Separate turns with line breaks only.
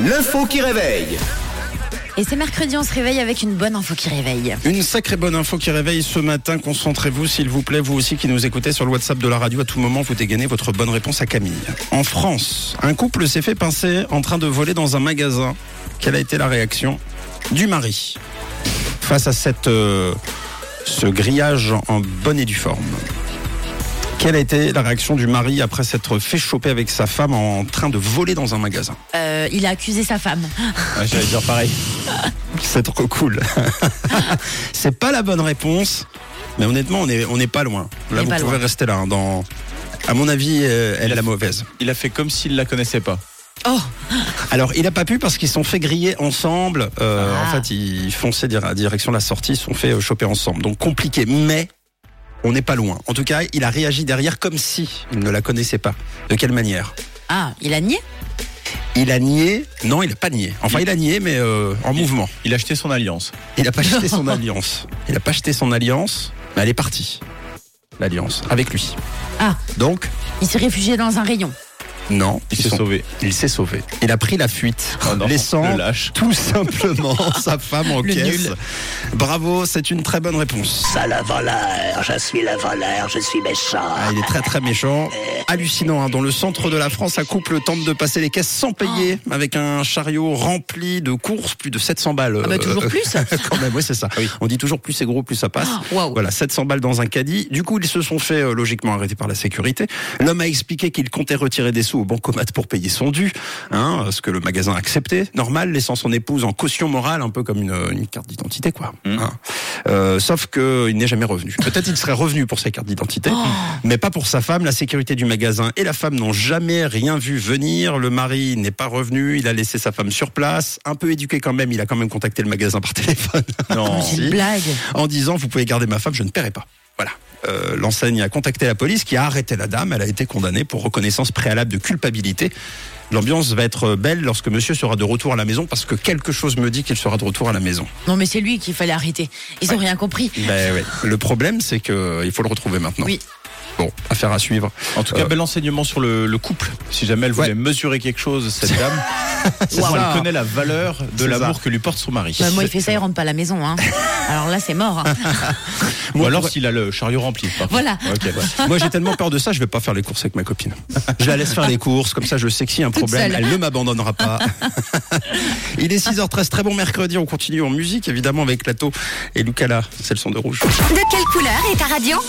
L'info qui réveille.
Et c'est mercredi, on se réveille avec une bonne info qui réveille.
Une sacrée bonne info qui réveille ce matin. Concentrez-vous, s'il vous plaît, vous aussi qui nous écoutez sur le WhatsApp de la radio. À tout moment, vous dégainez votre bonne réponse à Camille. En France, un couple s'est fait pincer en train de voler dans un magasin. Quelle a été la réaction du mari face à cette, euh, ce grillage en bonne et due forme Quelle a été la réaction du mari après s'être fait choper avec sa femme en train de voler dans un magasin
Euh, il a accusé sa femme.
Ouais, J'allais dire pareil. C'est trop cool. C'est pas la bonne réponse, mais honnêtement, on n'est on est pas loin. Là,
est
vous
pas
pouvez
loin.
rester là. hein, dans... À mon avis, euh, elle est la mauvaise.
Il a fait comme s'il la connaissait pas.
Oh,
Alors, il a pas pu parce qu'ils se sont fait griller ensemble. Euh,
Ah.
En fait, ils fonçaient dire- direction la sortie, ils se sont fait euh, choper ensemble. Donc, compliqué. Mais on n'est pas loin. En tout cas, il a réagi derrière comme si il ne la connaissait pas. De quelle manière
ah, il a nié
Il a nié. Non, il n'a pas nié. Enfin, il a nié, mais euh, en mouvement.
Il a acheté son alliance.
Il n'a pas acheté son alliance. Il n'a pas acheté son alliance, mais elle est partie. L'alliance. Avec lui.
Ah.
Donc,
Il s'est réfugié dans un rayon.
non.
Il
ils
s'est
sont-
sauvé.
Il s'est sauvé. Il a pris la fuite,
Oh non,
laissant
le lâche.
tout simplement sa femme en
Le
caisse.
nul.
Bravo, c'est une très bonne réponse.
Ça le voleur, je suis le voleur, je suis méchant.
Ah, il est très très méchant. Hallucinant, hein. dans le centre de la France, un couple tente de passer les caisses sans payer,
Ah.
avec un chariot rempli de courses, plus de 700 balles.
Ah bah,
euh,
toujours
euh,
plus.
Quand même, ouais, c'est ça. On dit toujours plus c'est gros, plus ça passe.
Oh, waouh.
Voilà, 700 balles dans un caddie. Du coup, ils se sont fait euh, logiquement arrêtés par la sécurité. L'homme a expliqué qu'il comptait retirer des sous au bancomat pour payer son dû, hein, ce que le magasin a accepté. Normal, laissant son épouse en caution morale, un peu comme une, une carte d'identité, quoi. hein. Euh, sauf qu'il n'est jamais revenu. Peut-être il serait revenu pour sa carte d'identité, mais pas pour sa femme. La sécurité du magasin et la femme n'ont jamais rien vu venir. Le mari n'est pas revenu. Il a laissé sa femme sur place. Un peu éduqué quand même. Il a quand même contacté le magasin par téléphone.
Non.
C'est une
Oh, Si.
blague.
En disant, vous pouvez garder ma femme, je ne paierai pas. Voilà. Euh, L'enseigne a contacté la police qui a arrêté la dame. Elle a été condamnée pour reconnaissance préalable de culpabilité. L'ambiance va être belle lorsque monsieur sera de retour à la maison parce que quelque chose me dit qu'il sera de retour à la maison.
Non, mais c'est lui qu'il fallait arrêter. Ils ont rien compris.
Ben ouais. Le problème, c'est que euh, il faut le retrouver maintenant.
Oui.
Bon, affaire à suivre.
En tout cas,
Euh.
bel enseignement sur le, le couple. Si jamais elle voulait
Ouais.
mesurer quelque chose, cette dame, c'est ça,
ça.
elle connaît la valeur de
C'est
l'amour
ça.
que lui porte son mari.
Bah, moi, il fait ça, il rentre pas à la maison. hein. Alors là, c'est mort. hein.
Ou alors s'il a le chariot rempli. par contre.
Voilà.
Ok, ouais.
Moi, j'ai tellement peur de ça, je vais pas faire les courses avec ma copine. Je la laisse faire les courses, comme ça, je sais que s'il y a un problème,
seule.
elle ne m'abandonnera pas. Il est 6h13, très bon mercredi. On continue en musique, évidemment, avec Lato et Lucala. C'est le son de rouge.
De quelle couleur est ta radio